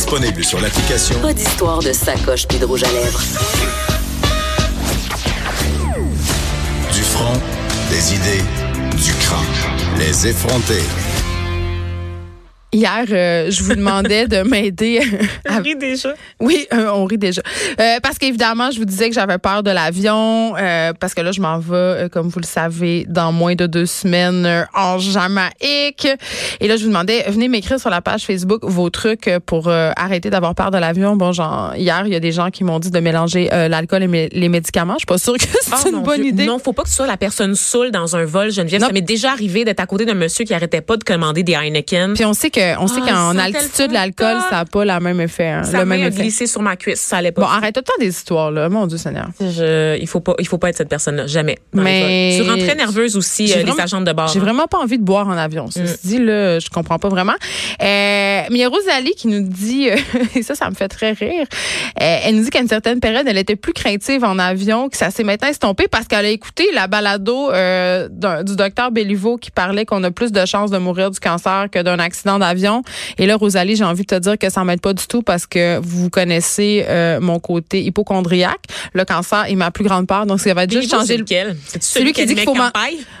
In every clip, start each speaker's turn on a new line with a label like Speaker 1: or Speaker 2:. Speaker 1: disponible sur l'application
Speaker 2: Pas d'histoire de sacoche puis de rouge à lèvres.
Speaker 1: du front, des idées, du crâne. Les effronter.
Speaker 3: Hier, euh, je vous demandais de m'aider. à-
Speaker 4: rit déjà.
Speaker 3: Oui, euh, on rit déjà. Euh, parce qu'évidemment, je vous disais que j'avais peur de l'avion, euh, parce que là, je m'en vais, euh, comme vous le savez, dans moins de deux semaines euh, en Jamaïque. Et là, je vous demandais, venez m'écrire sur la page Facebook vos trucs euh, pour euh, arrêter d'avoir peur de l'avion. Bon, genre, hier, il y a des gens qui m'ont dit de mélanger euh, l'alcool et mé- les médicaments. Je suis pas sûre que c'est
Speaker 4: Oh,
Speaker 3: une
Speaker 4: mon
Speaker 3: bonne
Speaker 4: Dieu.
Speaker 3: idée.
Speaker 4: Non, faut pas que tu sois la personne saoule dans un vol, Geneviève.
Speaker 3: Non.
Speaker 4: Ça m'est déjà arrivé d'être à côté d'un monsieur qui arrêtait pas de commander des Heineken.
Speaker 3: Puis on sait que, on sait
Speaker 4: Ah,
Speaker 3: qu'en
Speaker 4: ils sont
Speaker 3: altitude,
Speaker 4: tellement
Speaker 3: l'alcool,
Speaker 4: tough.
Speaker 3: ça n'a pas la même effet, hein,
Speaker 4: Sa
Speaker 3: le
Speaker 4: main
Speaker 3: même
Speaker 4: a
Speaker 3: effet.
Speaker 4: glissé sur ma cuisse. Ça allait pas.
Speaker 3: Bon, ah. arrête autant des histoires, là. Mon Dieu Seigneur.
Speaker 4: Je- il faut pas, il faut pas être cette personne-là, jamais. dans
Speaker 3: Mais-
Speaker 4: les vols. tu rentrais nerveuse aussi
Speaker 3: J'ai
Speaker 4: euh,
Speaker 3: vraiment-
Speaker 4: les agentes de bord. Mm.
Speaker 3: J'ai
Speaker 4: hein.
Speaker 3: vraiment pas envie de boire en avion. Ceci dit, là, je comprends pas vraiment. Euh, mais il y a Rosalie qui nous dit, euh, et ça, ça me fait très rire, euh, elle nous dit qu'à une certaine période, elle était plus craintive en avion, que ça s'est maintenant estompé parce qu'elle a écouté la balado euh, d'un- du docteur Béliveau qui parlait qu'on a plus de chances de mourir du cancer que d'un accident d'avion. Et là, Rosalie, j'ai envie de te dire que ça m'aide pas du tout parce que vous connaissez euh, mon côté hypochondriaque. Le cancer est ma plus grande peur. Donc, ça va être
Speaker 4: Billy
Speaker 3: juste
Speaker 4: Beau,
Speaker 3: changer
Speaker 4: c'est
Speaker 3: le
Speaker 4: lequel? C'est
Speaker 3: Celui qui dit qu'il faut man-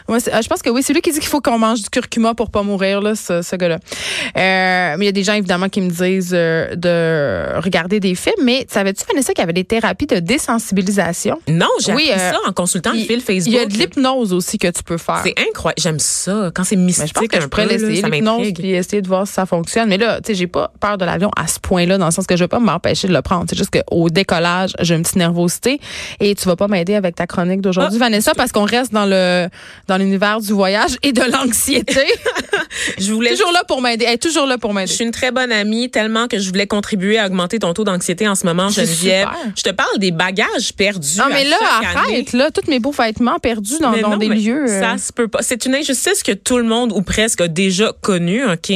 Speaker 3: Ouais, c'est- ah, je pense que oui, c'est lui qui dit qu'il faut qu'on mange du curcuma pour pas mourir, là, ce, ce gars-là. Euh, mais il y a des gens, évidemment, qui me disent euh, de regarder des films. Mais savais-tu, Vanessa, qu'il y avait des thérapies de désensibilisation?
Speaker 4: Non, j'ai
Speaker 3: Oui,
Speaker 4: appris
Speaker 3: euh,
Speaker 4: ça en consultant le
Speaker 3: il,
Speaker 4: fil Facebook.
Speaker 3: il y a de l'hypnose aussi que tu peux faire.
Speaker 4: C'est incroyable. J'aime ça. Quand c'est
Speaker 3: Mais Ben, je pense
Speaker 4: mystique,
Speaker 3: que je
Speaker 4: un
Speaker 3: pourrais
Speaker 4: peu, là,
Speaker 3: l'essayer,
Speaker 4: ça
Speaker 3: l'hypnose,
Speaker 4: m'intrigue.
Speaker 3: puis essayer de voir si ça fonctionne. Mais là, tu sais, j'ai pas peur de l'avion à ce point-là, dans le sens que je vais pas m'empêcher de le prendre. C'est juste qu'au décollage, j'ai une petite nervosité. Et tu vas pas m'aider avec ta chronique d'aujourd'hui,
Speaker 4: Ah.
Speaker 3: Vanessa, parce qu'on reste dans le dans l'univers du voyage et de l'anxiété.
Speaker 4: Je voulais
Speaker 3: toujours là pour m'aider. Elle est toujours là pour
Speaker 4: Je
Speaker 3: m'aider.
Speaker 4: suis une très bonne amie, tellement que je voulais contribuer à augmenter ton taux d'anxiété en ce moment,
Speaker 3: C'est
Speaker 4: Geneviève.
Speaker 3: super.
Speaker 4: Je te parle des bagages perdus.
Speaker 3: Non, mais
Speaker 4: à
Speaker 3: là,
Speaker 4: chaque année.
Speaker 3: arrête, là. Tous mes beaux vêtements perdus dans,
Speaker 4: Mais
Speaker 3: dans
Speaker 4: non,
Speaker 3: des
Speaker 4: mais
Speaker 3: lieux. euh,
Speaker 4: Ça se peut pas. C'est une injustice que tout le monde ou presque a déjà connue, OK?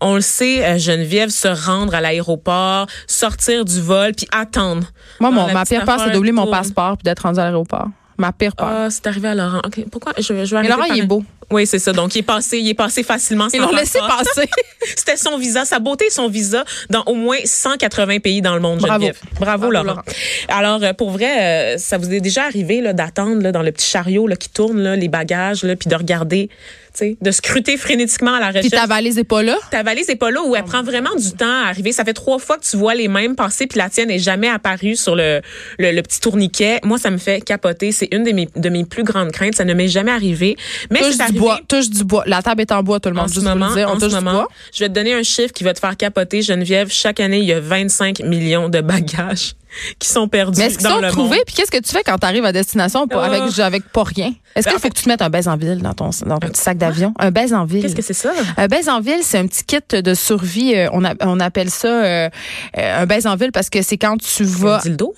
Speaker 4: On le sait, euh, Geneviève, se rendre à l'aéroport, sortir du vol, puis attendre.
Speaker 3: Moi,
Speaker 4: dans
Speaker 3: mon,
Speaker 4: la
Speaker 3: ma
Speaker 4: petite
Speaker 3: pire peur, c'est
Speaker 4: affaire
Speaker 3: d'oublier mon
Speaker 4: tourne.
Speaker 3: passeport puis d'être rendu à l'aéroport. Ma pire peur.
Speaker 4: Ah, c'est arrivé à Laurent. OK, pourquoi? Je, je vais
Speaker 3: mais
Speaker 4: arrêter
Speaker 3: Laurent,
Speaker 4: par-
Speaker 3: il est beau.
Speaker 4: Oui, c'est ça. Donc, il est passé, il est passé facilement.
Speaker 3: Ils
Speaker 4: sans
Speaker 3: l'ont laissé
Speaker 4: passeport.
Speaker 3: passer.
Speaker 4: C'était son visa, sa beauté et son visa dans au moins 180 pays dans le monde,
Speaker 3: Bravo.
Speaker 4: Geneviève. Bravo,
Speaker 3: Bravo,
Speaker 4: Laurent.
Speaker 3: Laurent.
Speaker 4: Alors, euh, pour vrai, euh, ça vous est déjà arrivé là, d'attendre là, dans le petit chariot là, qui tourne là, les bagages, là, puis de regarder, tu sais, de scruter frénétiquement à la
Speaker 3: Puis
Speaker 4: recherche.
Speaker 3: ta valise est pas là.
Speaker 4: Ta valise n'est pas là où elle prend vraiment du temps à arriver. Ça fait trois fois que tu vois les mêmes passer, puis la tienne n'est jamais apparue sur le, le, le petit tourniquet. Moi, ça me fait capoter. C'est une de mes, de mes plus grandes craintes. Ça ne m'est jamais arrivé. Mais
Speaker 3: Touche
Speaker 4: c'est
Speaker 3: du
Speaker 4: arrivé
Speaker 3: bois. Touche du bois. La table est en bois, tout le
Speaker 4: en
Speaker 3: monde.
Speaker 4: ce
Speaker 3: Juste vous le
Speaker 4: moment,
Speaker 3: dire, on
Speaker 4: en ce
Speaker 3: touche du
Speaker 4: moment,
Speaker 3: bois.
Speaker 4: je vais te donner un chiffre qui va te faire capoter, Geneviève. Chaque année, il y a 25 millions de bagages qui sont perdus
Speaker 3: Mais est-ce qu'ils
Speaker 4: dans
Speaker 3: sont
Speaker 4: le
Speaker 3: trouvés?
Speaker 4: monde.
Speaker 3: Puis qu'est-ce que tu fais quand tu arrives à destination pour-
Speaker 4: Ah.
Speaker 3: avec, avec pas rien? Est-ce qu'il
Speaker 4: Ben, en Euh,
Speaker 3: faut que tu te mettes un baise en ville dans ton, dans ton petit sac d'avion? Un baise en ville.
Speaker 4: Qu'est-ce que c'est ça?
Speaker 3: Un baise en ville, c'est un petit kit de survie. euh, on, a- on appelle ça euh, euh, un baise en ville parce que c'est quand tu
Speaker 4: Un
Speaker 3: vas.
Speaker 4: dildo?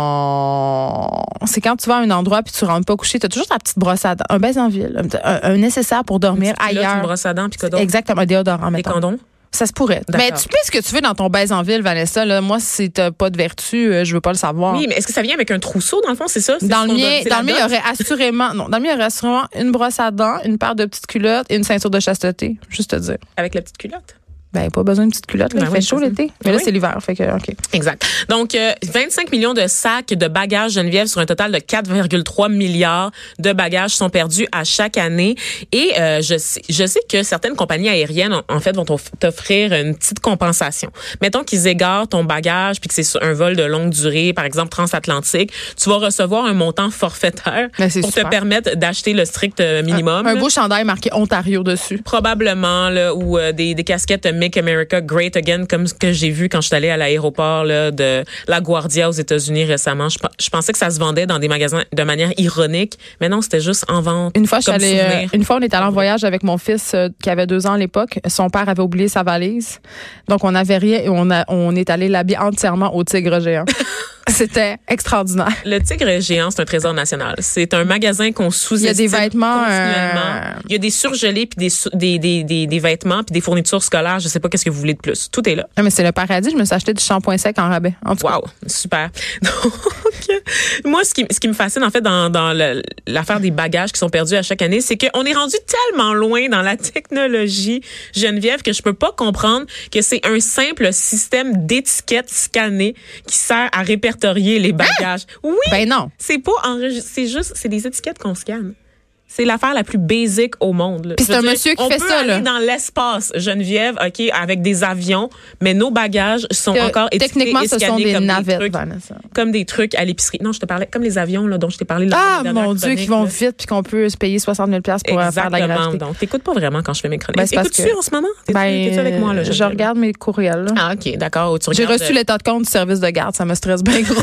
Speaker 3: Non, c'est quand tu vas à un endroit puis tu rentres pas couché. T'as toujours ta petite brosse à dents. Un baise en ville, un, un- un nécessaire pour dormir
Speaker 4: Puis là, tu me
Speaker 3: ailleurs.
Speaker 4: brosses à dents, puis que d'autres,
Speaker 3: Exactement, un déodorant,
Speaker 4: des
Speaker 3: mettons.
Speaker 4: condoms.
Speaker 3: Ça se pourrait. Mais
Speaker 4: D'accord.
Speaker 3: tu mets ce que tu veux dans ton baise en ville, Vanessa. Là, moi, si t'as pas de vertu, euh, je veux pas le savoir.
Speaker 4: Oui, mais est-ce que ça vient avec un trousseau, dans le fond? C'est ça? C'est
Speaker 3: Dans
Speaker 4: ce
Speaker 3: le
Speaker 4: qu'on
Speaker 3: mien,
Speaker 4: donne- c'est
Speaker 3: dans
Speaker 4: la
Speaker 3: le mien, il y
Speaker 4: dot?
Speaker 3: aurait assurément, non, dans le mien, il y aurait assurément une brosse à dents, une paire de petites culottes et une ceinture de chasteté. Juste te dire.
Speaker 4: Avec la petite culotte.
Speaker 3: Ben, pas besoin de petite culotte, là.
Speaker 4: Ben
Speaker 3: il
Speaker 4: oui,
Speaker 3: fait chaud
Speaker 4: c'est ça.
Speaker 3: l'été. Mais là,
Speaker 4: Oui.
Speaker 3: c'est l'hiver. Fait que, OK.
Speaker 4: Exact. Donc, euh, 25 millions de sacs de bagages, Geneviève, sur un total de 4,3 milliards de bagages sont perdus à chaque année. Et euh, je, sais, je sais que certaines compagnies aériennes, en, en fait, vont t'off- t'offrir une petite compensation. Mettons qu'ils égarent ton bagage puis que c'est sur un vol de longue durée, par exemple transatlantique, tu vas recevoir un montant forfaitaire
Speaker 3: Ben, c'est
Speaker 4: pour
Speaker 3: super.
Speaker 4: te permettre d'acheter le strict euh, minimum.
Speaker 3: Un
Speaker 4: là
Speaker 3: beau chandail marqué Ontario dessus.
Speaker 4: probablement là ou euh, des, des casquettes Make America Great Again comme ce que j'ai vu quand je suis allée à l'aéroport là, de La Guardia aux États-Unis récemment. Je, pe- je pensais que ça se vendait dans des magasins de manière ironique, mais non, c'était juste en vente.
Speaker 3: Une fois, je suis
Speaker 4: comme
Speaker 3: allée, euh,
Speaker 4: souvenir.
Speaker 3: une fois, on est allé en voyage avec mon fils euh, qui avait deux ans à l'époque. Son père avait oublié sa valise. Donc, on avait rien et on, a, on est allé l'habiller entièrement au tigre géant. C'était extraordinaire.
Speaker 4: Le tigre géant, c'est un trésor national. C'est un magasin qu'on
Speaker 3: Il y
Speaker 4: sous-estime.
Speaker 3: a des vêtements.
Speaker 4: continuellement.
Speaker 3: euh,
Speaker 4: Il y a des surgelés puis des, sou- des, des, des, des vêtements puis des fournitures scolaires. Je sais pas qu'est-ce que vous voulez de plus. Tout est là.
Speaker 3: ah, mais c'est le paradis. Je me suis acheté du shampoing sec en rabais. En tout cas,
Speaker 4: Wow, super. Donc, moi, ce qui, ce qui me fascine, en fait, dans, dans le- l'affaire des bagages qui sont perdus à chaque année, c'est qu'on est rendu tellement loin dans la technologie, Geneviève, que je peux pas comprendre que c'est un simple système d'étiquette scannée qui sert à répertorier les
Speaker 3: Hein?
Speaker 4: bagages. Oui!
Speaker 3: ben non.
Speaker 4: C'est pas enregistré, c'est juste, c'est des étiquettes qu'on scanne. C'est l'affaire la plus basique au monde. là.
Speaker 3: Puis c'est
Speaker 4: Je veux
Speaker 3: un monsieur qui
Speaker 4: on
Speaker 3: fait
Speaker 4: peut
Speaker 3: ça,
Speaker 4: aller
Speaker 3: là.
Speaker 4: dans l'espace, Geneviève, ok, avec des avions, mais nos bagages sont
Speaker 3: Que
Speaker 4: encore étiquetés
Speaker 3: techniquement,
Speaker 4: et
Speaker 3: ce sont
Speaker 4: scannés
Speaker 3: des
Speaker 4: comme
Speaker 3: navettes,
Speaker 4: trucs,
Speaker 3: Vanessa.
Speaker 4: comme des trucs à l'épicerie. Non, je te parlais comme les avions là, dont je t'ai parlé. lors de
Speaker 3: Ah,
Speaker 4: la dernière
Speaker 3: mon Dieu,
Speaker 4: chronique,
Speaker 3: qui vont
Speaker 4: là.
Speaker 3: vite puis qu'on peut se payer 60 000 pour euh, faire de la
Speaker 4: Exactement.
Speaker 3: gratuité.
Speaker 4: Donc, t'écoutes pas vraiment quand je fais mes
Speaker 3: Ben,
Speaker 4: chroniques.
Speaker 3: c'est parce
Speaker 4: Écoutes-tu
Speaker 3: que-
Speaker 4: en ce moment? T'es-tu
Speaker 3: Ben,
Speaker 4: t'es-tu avec moi là,
Speaker 3: je
Speaker 4: Geneviève?
Speaker 3: regarde mes courriels. là.
Speaker 4: Ah, ok, d'accord. Tu
Speaker 3: J'ai
Speaker 4: regardes, euh,
Speaker 3: reçu l'état de compte du service de garde. Ça me stresse bien gros.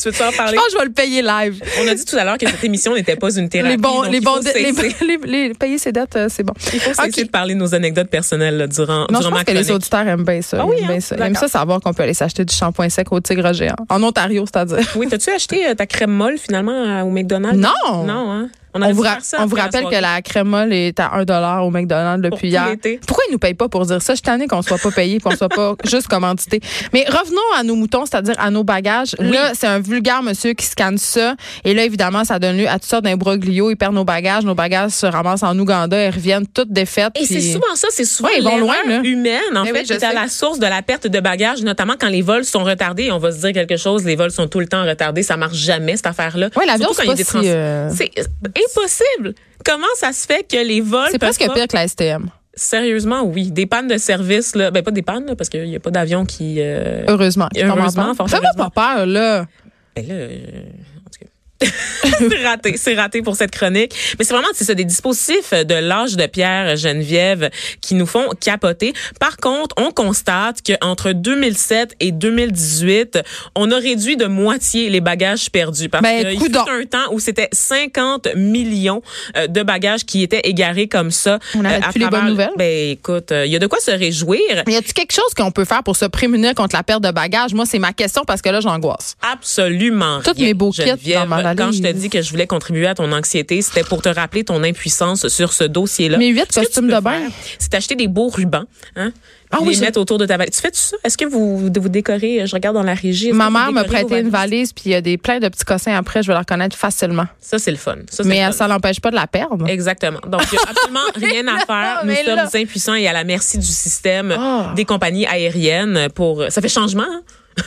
Speaker 4: Tu veux en
Speaker 3: je
Speaker 4: parler?
Speaker 3: pense que je vais le payer live.
Speaker 4: On a dit tout à l'heure que cette émission n'était pas une thérapie.
Speaker 3: les bons,
Speaker 4: donc
Speaker 3: les
Speaker 4: il
Speaker 3: bons,
Speaker 4: faut
Speaker 3: les,
Speaker 4: cesser.
Speaker 3: les- les- payer ses dettes, euh, c'est bon.
Speaker 4: Il faut cesser
Speaker 3: Ok.
Speaker 4: de parler de nos anecdotes personnelles là, durant,
Speaker 3: Non, je
Speaker 4: durant
Speaker 3: pense
Speaker 4: ma
Speaker 3: que
Speaker 4: chronique.
Speaker 3: les auditeurs aiment bien ça.
Speaker 4: Ah oui,
Speaker 3: ils aiment, bien
Speaker 4: hein?
Speaker 3: ça. Ils aiment ça savoir qu'on peut aller s'acheter du shampoing sec au tigre géant. En Ontario, c'est-à-dire.
Speaker 4: Oui, t'as-tu acheté euh, ta crème molle finalement euh, au McDonald's?
Speaker 3: Non!
Speaker 4: Non, hein?
Speaker 3: On
Speaker 4: aurait
Speaker 3: vous,
Speaker 4: dû
Speaker 3: ra-
Speaker 4: faire ça
Speaker 3: on vous
Speaker 4: après
Speaker 3: rappelle que
Speaker 4: soirée.
Speaker 3: la crème molle est à 1 au McDonald's
Speaker 4: Pour
Speaker 3: depuis
Speaker 4: tout
Speaker 3: hier.
Speaker 4: l'été.
Speaker 3: Pourquoi ils nous payent pas pour dire ça? Je suis tannée qu'on soit pas payé, qu'on soit pas juste commandité. Mais revenons à nos moutons, c'est-à-dire à nos bagages. Là, c'est un vulgaire monsieur qui scanne ça. Et là, évidemment, ça donne lieu à toutes sortes d'imbroglios. Ils perdent nos bagages. Nos bagages se ramassent en Ouganda. Ils reviennent toutes défaites.
Speaker 4: Et c'est
Speaker 3: puis-
Speaker 4: souvent ça, c'est souvent
Speaker 3: Ouais, ils vont
Speaker 4: l'erreur
Speaker 3: loin, là.
Speaker 4: humaine, en
Speaker 3: Mais
Speaker 4: fait,
Speaker 3: oui,
Speaker 4: qui
Speaker 3: je
Speaker 4: est à
Speaker 3: sais.
Speaker 4: la source de la perte de bagages, notamment quand les vols sont retardés. On va se dire quelque chose, les vols sont tout le temps retardés, ça marche jamais, cette affaire-là.
Speaker 3: Ouais, l'avion,
Speaker 4: Surtout
Speaker 3: c'est
Speaker 4: quand
Speaker 3: pas
Speaker 4: il y a des
Speaker 3: si,
Speaker 4: trans-
Speaker 3: euh,
Speaker 4: C'est impossible! Comment ça se fait que les vols
Speaker 3: C'est
Speaker 4: peuvent
Speaker 3: presque
Speaker 4: pas-
Speaker 3: pire que la STM.
Speaker 4: Sérieusement, oui. Des pannes de service, là. Ben, pas des pannes, là, parce qu'il n'y a pas d'avion qui... euh,
Speaker 3: Heureusement. qu'il faut en
Speaker 4: heureusement,
Speaker 3: parler.
Speaker 4: fort
Speaker 3: Fais-moi
Speaker 4: heureusement.
Speaker 3: pas peur, là.
Speaker 4: Ben là, euh, en tout cas. c'est raté, c'est raté pour cette chronique. Mais c'est vraiment, c'est ça, des dispositifs de l'âge de Pierre euh, Geneviève qui nous font capoter. Par contre, on constate qu'entre 2007 et 2018, on a réduit de moitié les bagages perdus. Parce
Speaker 3: Ben,
Speaker 4: que il
Speaker 3: coudonc.
Speaker 4: fut un temps où c'était 50 millions euh, de bagages qui étaient égarés comme ça. euh,
Speaker 3: On n'arrête
Speaker 4: à
Speaker 3: plus les bonnes nouvelles.
Speaker 4: Ben écoute, euh, il y a de quoi se réjouir.
Speaker 3: Mais y a-t-il quelque chose qu'on peut faire pour se prémunir contre la perte de bagages? Moi, c'est ma question parce que là, j'angoisse.
Speaker 4: absolument
Speaker 3: Toutes
Speaker 4: rien,
Speaker 3: mes beaux kits
Speaker 4: Geneviève.
Speaker 3: dans mon
Speaker 4: Quand je te
Speaker 3: valise.
Speaker 4: dis que je voulais contribuer à ton anxiété, c'était pour te rappeler ton impuissance sur ce dossier-là.
Speaker 3: Mes huit
Speaker 4: Ce que tu
Speaker 3: costumes
Speaker 4: peux
Speaker 3: de bain.
Speaker 4: faire, C'est acheter des beaux rubans, hein?
Speaker 3: Ah
Speaker 4: Ah
Speaker 3: oui,
Speaker 4: oui, les
Speaker 3: j'ai-
Speaker 4: mettre autour de ta valise. Tu fais ça? Est-ce que vous vous décorez? euh, Je regarde dans la régie. est-ce
Speaker 3: Ma
Speaker 4: que vous
Speaker 3: mère me
Speaker 4: décorez vos
Speaker 3: prêtait une
Speaker 4: valises?
Speaker 3: valise, puis il y a des, plein de petits cossins après, je vais les reconnaître facilement.
Speaker 4: Ça, c'est le fun. Ça, c'est
Speaker 3: Mais euh,
Speaker 4: le fun.
Speaker 3: ça l'empêche pas de la perdre.
Speaker 4: Exactement. Donc, il n'y a absolument rien à faire. Nous
Speaker 3: mais
Speaker 4: sommes
Speaker 3: là.
Speaker 4: impuissants et à la merci du système
Speaker 3: Ah.
Speaker 4: des compagnies aériennes pour. Ça fait changement, hein?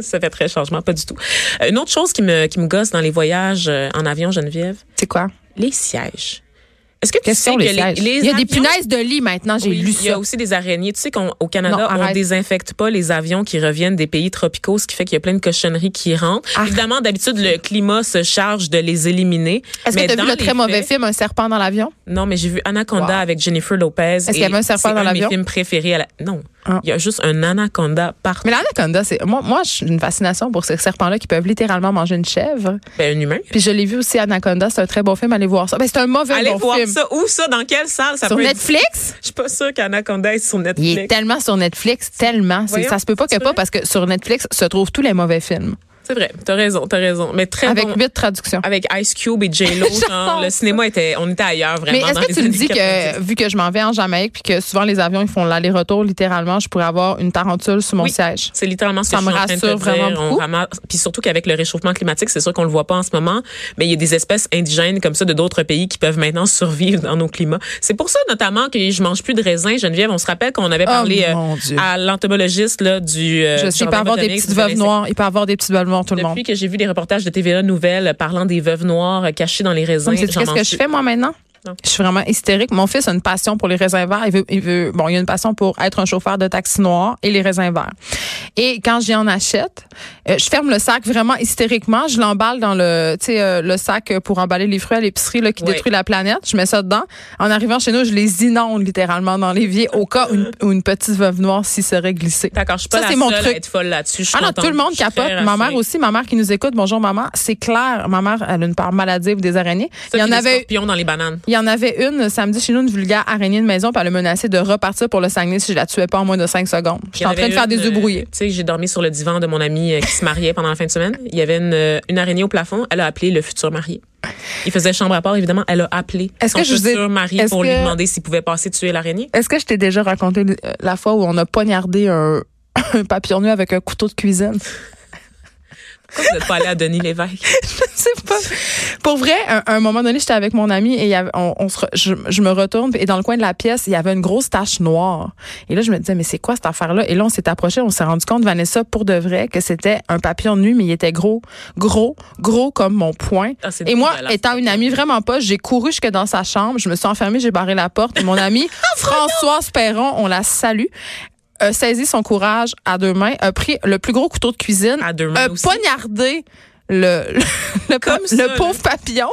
Speaker 4: Ça fait très changement, pas du tout. Euh, Une autre chose qui me, qui me gosse dans les voyages euh, en avion, Geneviève,
Speaker 3: C'est quoi?
Speaker 4: les sièges. Est-ce que tu
Speaker 3: Qu'est-ce que
Speaker 4: sais
Speaker 3: sont
Speaker 4: que
Speaker 3: les sièges? Il y a des
Speaker 4: avions-
Speaker 3: punaises de lit maintenant, j'ai
Speaker 4: Oui,
Speaker 3: lu
Speaker 4: Il y a
Speaker 3: ça.
Speaker 4: aussi des araignées. Tu sais qu'au Canada,
Speaker 3: Non,
Speaker 4: on
Speaker 3: arrête.
Speaker 4: désinfecte pas les avions qui reviennent des pays tropicaux, ce qui fait qu'il y a plein de cochonneries qui rentrent.
Speaker 3: Arrête.
Speaker 4: Évidemment, d'habitude, le climat se charge de les éliminer.
Speaker 3: Est-ce
Speaker 4: Mais
Speaker 3: que t'as
Speaker 4: dans
Speaker 3: vu le
Speaker 4: les
Speaker 3: très mauvais
Speaker 4: faits-
Speaker 3: film, Un serpent dans l'avion?
Speaker 4: non, mais j'ai vu Anaconda
Speaker 3: Wow.
Speaker 4: avec Jennifer Lopez. Est-ce
Speaker 3: qu'il y avait un serpent dans l'avion?
Speaker 4: C'est un de mes films préférés. À la... Non,
Speaker 3: Ah.
Speaker 4: il y a juste un anaconda partout.
Speaker 3: Mais l'anaconda, c'est. Moi, moi j'ai une fascination pour ces serpents-là qui peuvent littéralement manger une chèvre.
Speaker 4: Ben, un humain.
Speaker 3: Puis je l'ai vu aussi, Anaconda, c'est un très bon film, allez voir ça. Ben, c'est un mauvais
Speaker 4: Allez
Speaker 3: bon
Speaker 4: voir
Speaker 3: film.
Speaker 4: ça. Où ça? Dans quelle salle? Ça
Speaker 3: Sur
Speaker 4: peut être-
Speaker 3: Netflix?
Speaker 4: Je suis pas sûre qu'Anaconda est sur Netflix.
Speaker 3: Il est tellement sur Netflix, tellement. C'est-
Speaker 4: Voyons,
Speaker 3: ça se peut pas que
Speaker 4: c'est
Speaker 3: pas,
Speaker 4: vrai.
Speaker 3: parce que sur Netflix se trouvent tous les mauvais films.
Speaker 4: C'est vrai. T'as raison, t'as raison. Mais très
Speaker 3: avec
Speaker 4: bon.
Speaker 3: huit traductions.
Speaker 4: Avec Ice Cube et J-Lo, genre,
Speaker 3: J'adore
Speaker 4: le cinéma était, on était ailleurs vraiment.
Speaker 3: Mais est-ce
Speaker 4: dans
Speaker 3: que
Speaker 4: les
Speaker 3: tu me
Speaker 4: années
Speaker 3: dis
Speaker 4: 90.
Speaker 3: que, vu que je m'en vais en Jamaïque puis que souvent les avions ils font l'aller-retour littéralement, je pourrais avoir une tarentule sous mon
Speaker 4: Oui.
Speaker 3: siège?
Speaker 4: C'est littéralement ce
Speaker 3: Ça
Speaker 4: que je
Speaker 3: me
Speaker 4: suis en train de te
Speaker 3: rassure
Speaker 4: dire.
Speaker 3: vraiment
Speaker 4: On
Speaker 3: beaucoup.
Speaker 4: ramasse- Puis surtout qu'avec le réchauffement climatique, c'est sûr qu'on le voit pas en ce moment, mais il y a des espèces indigènes comme ça de d'autres pays qui peuvent maintenant survivre dans nos climats. C'est pour ça notamment que je mange plus de raisins, Geneviève. On se rappelle qu'on avait parlé euh,
Speaker 3: Oh mon Dieu.
Speaker 4: à l'entomologiste là du. euh,
Speaker 3: Je
Speaker 4: du
Speaker 3: sais, il peut
Speaker 4: jardin
Speaker 3: avoir des
Speaker 4: botanique,
Speaker 3: petites
Speaker 4: vous
Speaker 3: veuves
Speaker 4: connaissez.
Speaker 3: noires. Il peut avoir des petites veuves noires, tout le monde.
Speaker 4: Depuis que j'ai vu les reportages de TVA Nouvelles euh, parlant des veuves noires euh, cachées dans les raisins,
Speaker 3: Mais sais-tu
Speaker 4: j'en
Speaker 3: qu'est-ce que
Speaker 4: mange
Speaker 3: je
Speaker 4: plus.
Speaker 3: fais, moi, maintenant?
Speaker 4: Non.
Speaker 3: Je suis vraiment hystérique. Mon fils a une passion pour les raisins verts. Il veut, il veut, bon, il a une passion pour être un chauffeur de taxi noir et les raisins verts. Et quand j'y en achète, euh, je ferme le sac vraiment hystériquement. Je l'emballe dans le, tu sais, euh, le sac pour emballer les fruits à l'épicerie là, qui
Speaker 4: Ouais.
Speaker 3: détruit la planète. Je mets ça dedans. En arrivant chez nous, je les inonde littéralement dans l'évier au cas où une, où une petite veuve noire s'y serait glissée.
Speaker 4: D'accord, je suis pas
Speaker 3: Ça,
Speaker 4: la
Speaker 3: c'est mon
Speaker 4: seule
Speaker 3: truc.
Speaker 4: à être folle là-dessus. Je suis
Speaker 3: Ah non,
Speaker 4: contente.
Speaker 3: tout le monde
Speaker 4: Je suis
Speaker 3: capote.
Speaker 4: très
Speaker 3: Ma mère
Speaker 4: rassurée.
Speaker 3: aussi, ma mère qui nous écoute. Bonjour maman. C'est clair, ma mère elle a une part maladive des araignées. Il
Speaker 4: Ça,
Speaker 3: y en
Speaker 4: puis les
Speaker 3: avait
Speaker 4: scorpions dans les bananes.
Speaker 3: il y en avait une samedi chez nous, une vulgaire araignée de maison, puis elle a menacé de repartir pour le Saguenay si je la tuais pas en moins de cinq secondes. Je suis en train de faire des œufs brouillés.
Speaker 4: euh, Tu sais, j'ai dormi sur le divan de mon ami euh, qui se mariait pendant la fin de semaine. Il y avait une, euh, une araignée au plafond. Elle a appelé le futur marié. Il faisait chambre à part, évidemment. Elle a appelé
Speaker 3: Est-ce
Speaker 4: son
Speaker 3: que je vous ai-
Speaker 4: futur mari
Speaker 3: est-ce
Speaker 4: pour lui
Speaker 3: que-
Speaker 4: demander s'il pouvait passer tuer l'araignée.
Speaker 3: euh, Est-ce que je t'ai déjà raconté euh, la fois où on a poignardé un, un papillon nu avec un couteau de cuisine?
Speaker 4: Pourquoi vous n'êtes pas allé à Denis Lévesque?
Speaker 3: C'est pas. Pour vrai, à un, moment donné, j'étais avec mon ami et il y avait- on, on se re- je, je me retourne et dans le coin de la pièce, il y avait une grosse tache noire. Et là, je me disais, mais c'est quoi cette affaire-là? Et là, on s'est approché, on s'est rendu compte, Vanessa, pour de vrai, que c'était un papillon nu, mais il était gros, gros, gros comme mon poing.
Speaker 4: Ah, c'est
Speaker 3: et moi,
Speaker 4: dégueulasse.
Speaker 3: étant une amie vraiment pas, j'ai couru jusque dans sa chambre, je me suis enfermée, j'ai barré la porte. Et mon ami,
Speaker 4: Ah,
Speaker 3: Françoise Perron, on la salue, a saisi son courage à deux mains, a pris le plus gros couteau de cuisine,
Speaker 4: À deux mains
Speaker 3: a
Speaker 4: aussi.
Speaker 3: poignardé le, le, le
Speaker 4: Comme
Speaker 3: pa-
Speaker 4: ça,
Speaker 3: le
Speaker 4: là.
Speaker 3: pauvre papillon.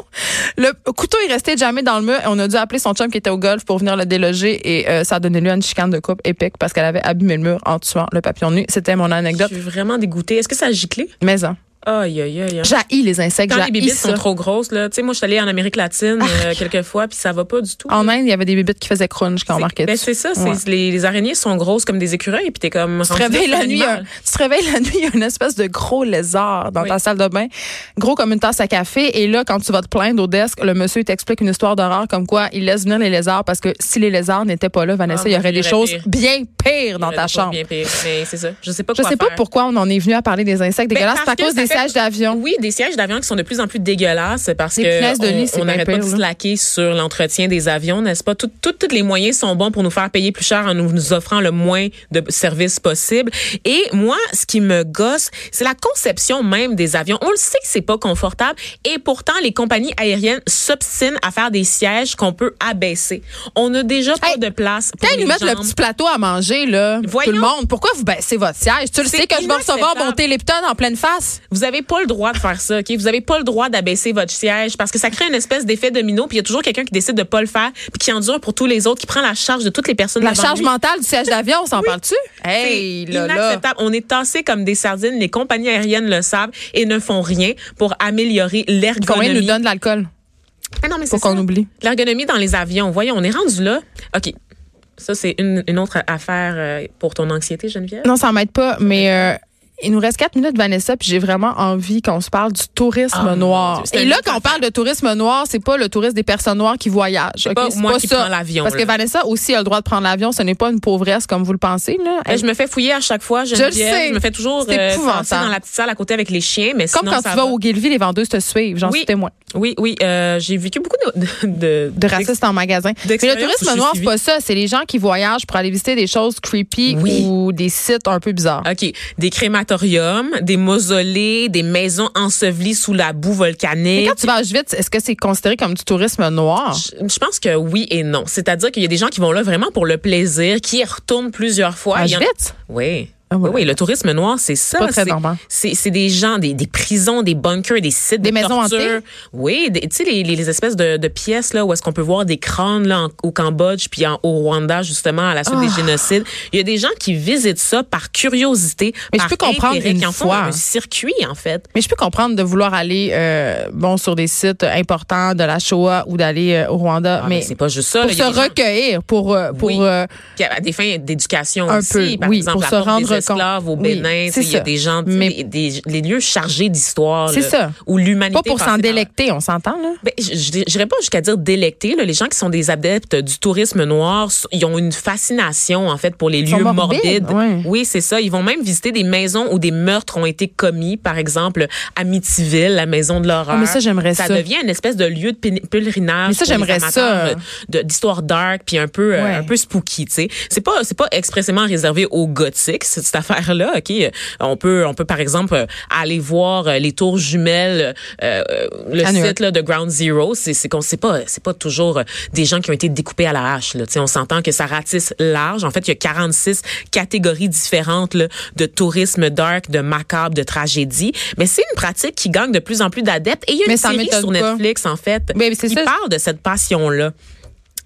Speaker 3: Le couteau est resté jamais dans le mur et on a dû appeler son chum qui était au golf pour venir le déloger et euh, ça a donné lieu à une chicane de coupe épique parce qu'elle avait abîmé le mur en tuant le papillon nu. C'était mon
Speaker 4: Je
Speaker 3: anecdote.
Speaker 4: suis vraiment dégoûtée. Est-ce que ça a giclé?
Speaker 3: Maison.
Speaker 4: Aïe, aïe, aïe. aïe.
Speaker 3: J'haïs les insectes,
Speaker 4: Quand les
Speaker 3: j'haïs
Speaker 4: bibites sont
Speaker 3: ça. Ah,
Speaker 4: trop grosses, là, tu sais, moi, je suis allée en Amérique latine euh, quelques fois, puis ça va pas du tout.
Speaker 3: En Inde, il y avait des bibites qui faisaient crunch quand on marquait
Speaker 4: Ben, c'est ça, c'est-
Speaker 3: Ouais.
Speaker 4: les, les araignées sont grosses comme des écureuils, puis t'es comme.
Speaker 3: tu te réveilles la nuit, hein. il y a un- tu te réveilles la nuit, il y a une espèce de gros lézard dans
Speaker 4: Oui.
Speaker 3: ta salle de bain, gros comme une tasse à café. Et là, quand tu vas te plaindre au desk, le monsieur t'explique une histoire d'horreur comme quoi il laisse venir les lézards parce que si les lézards n'étaient pas là, Vanessa,
Speaker 4: Ah,
Speaker 3: il y aurait
Speaker 4: il y
Speaker 3: des
Speaker 4: aurait
Speaker 3: choses
Speaker 4: pire.
Speaker 3: bien pires dans
Speaker 4: Mais
Speaker 3: ta
Speaker 4: c'est pas
Speaker 3: chambre.
Speaker 4: Bien pire, mais c'est ça. Je sais pas
Speaker 3: Je
Speaker 4: quoi
Speaker 3: sais pas
Speaker 4: faire.
Speaker 3: pourquoi on en est venu à parler des insectes
Speaker 4: Ben,
Speaker 3: dégueulasses.
Speaker 4: parce
Speaker 3: C'est à
Speaker 4: que
Speaker 3: cause
Speaker 4: ça
Speaker 3: des
Speaker 4: fait-
Speaker 3: sièges d'avion.
Speaker 4: Oui, des sièges d'avion qui sont de plus en plus dégueulasses parce
Speaker 3: Les punaises
Speaker 4: que
Speaker 3: de lit, c'est
Speaker 4: on- on
Speaker 3: bien
Speaker 4: n'arrête pas
Speaker 3: pire,
Speaker 4: de
Speaker 3: là.
Speaker 4: se laquer sur l'entretien des avions, n'est-ce pas? Tout- tout- Tous les moyens sont bons pour nous faire payer plus cher en nous, nous offrant le moins de services possible. Et moi, ce qui me gosse, c'est la conception même des avions. On le sait que c'est pas confortable et pourtant, les compagnies aériennes s'obstinent à faire des sièges qu'on peut abaisser. On n'a déjà
Speaker 3: Hey,
Speaker 4: pas de place pour
Speaker 3: Quand ils
Speaker 4: les
Speaker 3: nous mettent le
Speaker 4: jambes.
Speaker 3: petit plateau à manger, là,
Speaker 4: Voyons.
Speaker 3: tout le monde, pourquoi vous baissez votre siège? Tu le
Speaker 4: C'est
Speaker 3: sais que je vais recevoir
Speaker 4: inacceptable.
Speaker 3: mon téléphone en pleine face.
Speaker 4: Vous avez pas le droit de faire ça, OK? Vous avez pas le droit d'abaisser votre siège parce que ça crée une espèce d'effet domino, puis il y a toujours quelqu'un qui décide de pas le faire, puis qui endure pour tous les autres, qui prend la charge de toutes les personnes
Speaker 3: La
Speaker 4: devant
Speaker 3: charge
Speaker 4: lui.
Speaker 3: mentale du siège d'avion, on s'en parle-tu? Hey,
Speaker 4: ben C'est
Speaker 3: là, là.
Speaker 4: inacceptable. On est tassés comme des sardines. Les compagnies aériennes le savent et ne font rien pour améliorer
Speaker 3: Combien
Speaker 4: l'ergonomie.
Speaker 3: nous donne de l'alcool?
Speaker 4: Ah non, mais
Speaker 3: Pour
Speaker 4: c'est
Speaker 3: qu'on
Speaker 4: ça.
Speaker 3: oublie.
Speaker 4: L'ergonomie dans les avions. Voyons, on est rendu là. OK. Ça, c'est une, une autre affaire euh, pour ton anxiété, Geneviève.
Speaker 3: Non, ça m'aide pas, mais euh, il nous reste quatre minutes, Vanessa, puis j'ai vraiment envie qu'on se parle du tourisme
Speaker 4: Ah, mon
Speaker 3: noir.
Speaker 4: Dieu, c'est
Speaker 3: Et
Speaker 4: une
Speaker 3: là,
Speaker 4: autre
Speaker 3: quand on
Speaker 4: affaire.
Speaker 3: parle de tourisme noir, c'est pas le tourisme des personnes noires qui voyagent. ok?
Speaker 4: pas
Speaker 3: C'est
Speaker 4: moi
Speaker 3: pas
Speaker 4: qui
Speaker 3: ça.
Speaker 4: prends l'avion,
Speaker 3: Parce que
Speaker 4: là.
Speaker 3: Vanessa aussi a le droit de prendre l'avion. Ce n'est pas une pauvresse comme vous le pensez. Là.
Speaker 4: Ben, je me fais fouiller à chaque fois, Geneviève.
Speaker 3: sais.
Speaker 4: Je me fais toujours
Speaker 3: C'est
Speaker 4: euh,
Speaker 3: épouvantable.
Speaker 4: tasser dans la petite salle à côté avec les chiens, mais
Speaker 3: Comme
Speaker 4: sinon,
Speaker 3: quand
Speaker 4: ça
Speaker 3: tu vas
Speaker 4: va.
Speaker 3: au Guilville, les vendeuses te suivent. J'en
Speaker 4: Oui.
Speaker 3: suis témoin.
Speaker 4: Oui, oui, euh, j'ai vécu beaucoup de de,
Speaker 3: De racistes en magasin. Mais le
Speaker 4: d'expérience où
Speaker 3: tourisme
Speaker 4: je
Speaker 3: noir, c'est
Speaker 4: suis
Speaker 3: pas ça. C'est les gens qui voyagent pour aller visiter des choses creepy
Speaker 4: Oui.
Speaker 3: ou des sites un peu bizarres.
Speaker 4: OK, des crématoriums, des mausolées, des maisons ensevelies sous la boue
Speaker 3: Mais
Speaker 4: volcanique.
Speaker 3: quand tu voyages vite, est-ce que c'est considéré comme du tourisme noir?
Speaker 4: Je, je pense que oui et non. C'est-à-dire qu'il y a des gens qui vont là vraiment pour le plaisir, qui y retournent plusieurs fois. Il
Speaker 3: Voyage
Speaker 4: y en-
Speaker 3: vite?
Speaker 4: Oui.
Speaker 3: Ah, voilà.
Speaker 4: Oui, oui, le tourisme noir, c'est ça.
Speaker 3: Pas très
Speaker 4: C'est-
Speaker 3: normal.
Speaker 4: C'est c'est des gens, des, des prisons, des bunkers, des sites
Speaker 3: Des
Speaker 4: de
Speaker 3: maisons
Speaker 4: torture.
Speaker 3: hantées?
Speaker 4: Oui, des- tu sais, les, les- les espèces de, de pièces là, où est-ce qu'on peut voir des crânes là, en- au Cambodge puis en, au Rwanda, justement, à la
Speaker 3: Ah.
Speaker 4: suite des génocides. Il y a des gens qui visitent ça par curiosité,
Speaker 3: Mais je
Speaker 4: par
Speaker 3: peux comprendre
Speaker 4: intérêt,
Speaker 3: une
Speaker 4: qui en font
Speaker 3: fois.
Speaker 4: un circuit, en fait.
Speaker 3: Mais je peux comprendre de vouloir aller euh, bon sur des sites importants de la Shoah ou d'aller euh, au Rwanda,
Speaker 4: Ah, mais
Speaker 3: mais,
Speaker 4: c'est pas juste ça.
Speaker 3: pour
Speaker 4: là, il y
Speaker 3: se
Speaker 4: a des gens-
Speaker 3: recueillir, pour euh, pour
Speaker 4: Oui.
Speaker 3: euh,
Speaker 4: Puis à des fins d'éducation
Speaker 3: Un
Speaker 4: aussi,
Speaker 3: peu,
Speaker 4: par
Speaker 3: oui,
Speaker 4: exemple,
Speaker 3: pour
Speaker 4: la
Speaker 3: se
Speaker 4: porte
Speaker 3: rendre compte.
Speaker 4: des esclaves au
Speaker 3: Oui,
Speaker 4: Bénin,
Speaker 3: c'est
Speaker 4: tu sais, il y a
Speaker 3: ça.
Speaker 4: des gens, tu sais,
Speaker 3: Mais-
Speaker 4: des, des- les lieux chargés d'histoire,
Speaker 3: C'est
Speaker 4: là,
Speaker 3: ça.
Speaker 4: où l'humanité
Speaker 3: pas pour s'en
Speaker 4: passait dans-
Speaker 3: délecter, on s'entend là.
Speaker 4: Ben, je- je n'irais pas jusqu'à dire délecté. Là. Les gens qui sont des adeptes du tourisme noir, s- ils ont une fascination, en fait, pour les
Speaker 3: Ils sont
Speaker 4: lieux
Speaker 3: morbides,
Speaker 4: morbides.
Speaker 3: ouais.
Speaker 4: Oui, c'est ça. Ils vont même visiter des maisons où des meurtres ont été commis. Par exemple, Amityville, la maison de l'horreur.
Speaker 3: Ah, mais ça, j'aimerais ça.
Speaker 4: devient une espèce de lieu de pén- pèlerinage.
Speaker 3: Mais ça,
Speaker 4: pour les
Speaker 3: j'aimerais
Speaker 4: amateurs
Speaker 3: ça.
Speaker 4: de- de- D'histoire dark, puis un peu, euh,
Speaker 3: Ouais.
Speaker 4: un peu spooky, tu sais. C'est pas, c'est pas expressément réservé aux gothiques, cette, cette affaire-là, OK? Euh, On peut, on peut, par exemple, euh, aller voir euh, les tours jumelles, euh, euh, le
Speaker 3: À Newark.
Speaker 4: site, là, de Ground Zero, c'est c'est qu'on c'est pas c'est pas toujours euh, des gens qui ont été découpés à la hache. Là. Tu sais, On s'entend que ça ratisse large. En fait, il y a 46 catégories différentes là, de tourisme dark, de macabre, de tragédie. Mais c'est une pratique qui gagne de plus en plus d'adeptes. Et il y a
Speaker 3: Mais
Speaker 4: une
Speaker 3: ça
Speaker 4: série
Speaker 3: m'étonne
Speaker 4: sur
Speaker 3: pas.
Speaker 4: Netflix en fait
Speaker 3: Mais c'est
Speaker 4: qui
Speaker 3: ça.
Speaker 4: parle de cette passion là.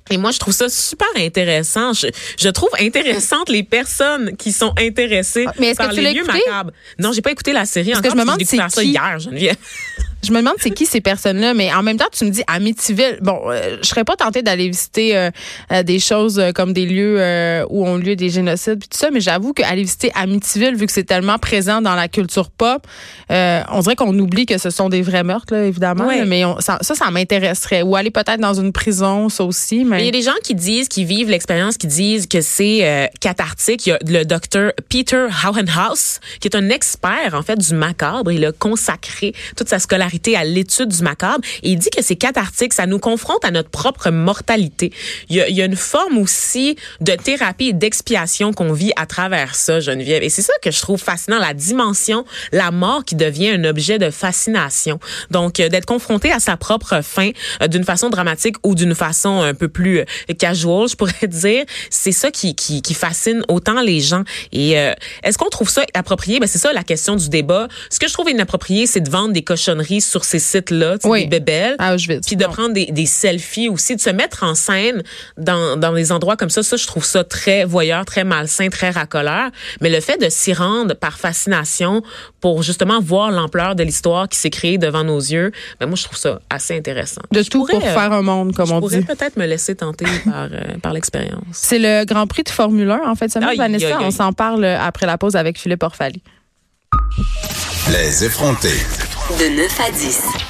Speaker 4: Et moi, je trouve ça super intéressant. Je, je trouve intéressantes les personnes qui sont intéressées
Speaker 3: Ah, mais est-ce
Speaker 4: par
Speaker 3: que tu
Speaker 4: les
Speaker 3: l'as
Speaker 4: lieux
Speaker 3: écouté?
Speaker 4: macabres. Non, j'ai pas écouté la série
Speaker 3: Parce que
Speaker 4: encore.
Speaker 3: je me
Speaker 4: parce
Speaker 3: demande
Speaker 4: j'ai découvert
Speaker 3: c'est
Speaker 4: ça
Speaker 3: qui.
Speaker 4: hier, Geneviève.
Speaker 3: Je me demande c'est qui ces personnes-là, mais en même temps, tu me dis Amityville. Bon, euh, je serais pas tentée d'aller visiter euh, euh, des choses euh, comme des lieux euh, où ont lieu des génocides puis tout ça, mais j'avoue qu'aller visiter Amityville, vu que c'est tellement présent dans la culture pop, euh, on dirait qu'on oublie que ce sont des vrais meurtres, là, évidemment.
Speaker 4: Ouais.
Speaker 3: là, mais on- ça, ça, ça m'intéresserait. Ou aller peut-être dans une prison, ça aussi. Mais...
Speaker 4: Mais Il y a des gens qui disent, qui vivent l'expérience, qui disent que c'est euh, cathartique. Il y a le docteur Peter Hauenhaus, qui est un expert en fait du macabre. Il a consacré toute sa scolarité à l'étude du macabre. Et il dit que c'est cathartique, ça nous confronte à notre propre mortalité. Il y a, il y a une forme aussi de thérapie et d'expiation qu'on vit à travers ça, Geneviève. Et c'est ça que je trouve fascinant, la dimension, la mort qui devient un objet de fascination. Donc, euh, d'être confronté à sa propre fin euh, d'une façon dramatique ou d'une façon un peu plus euh, casual, je pourrais dire, c'est ça qui, qui, qui fascine autant les gens. Et euh, est-ce qu'on trouve ça approprié? Ben, c'est ça la question du débat. Ce que je trouve inapproprié, c'est de vendre des cochonneries sur ces sites-là, tu sais,
Speaker 3: Oui. Ah
Speaker 4: des bébelles.
Speaker 3: À Auschwitz.
Speaker 4: Puis de
Speaker 3: Non.
Speaker 4: prendre des, des selfies aussi, de se mettre en scène dans, dans des endroits comme ça, ça, je trouve ça très voyeur, très malsain, très racoleur. Mais le fait de s'y rendre par fascination pour justement voir l'ampleur de l'histoire qui s'est créée devant nos yeux, ben moi, je trouve ça assez intéressant.
Speaker 3: de
Speaker 4: Je
Speaker 3: tout
Speaker 4: pourrais,
Speaker 3: pour
Speaker 4: euh,
Speaker 3: faire un monde, comme
Speaker 4: je
Speaker 3: on
Speaker 4: pourrais
Speaker 3: dit.
Speaker 4: peut-être me laisser tenter par, euh, par l'expérience.
Speaker 3: C'est le Grand Prix de Formule 1, en fait. Ça
Speaker 4: Aïe,
Speaker 3: Vanessa,
Speaker 4: aïe, aïe.
Speaker 3: on s'en parle euh, après la pause avec Philippe Orfali.
Speaker 1: Les effrontés.
Speaker 2: De 9 à 10.